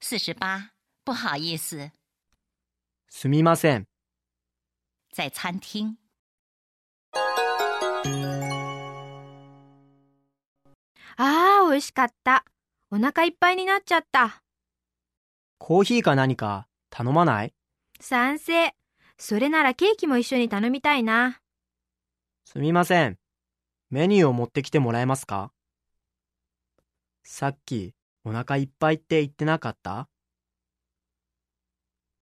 四十八，不好意思，すみません。在餐厅。あー、美味しかった。お腹いっぱいになっちゃった。コーヒーか何か頼まない賛成。それならケーキも一緒に頼みたいな。すみません。メニューを持ってきてもらえますかさっきお腹いっぱいって言ってなかった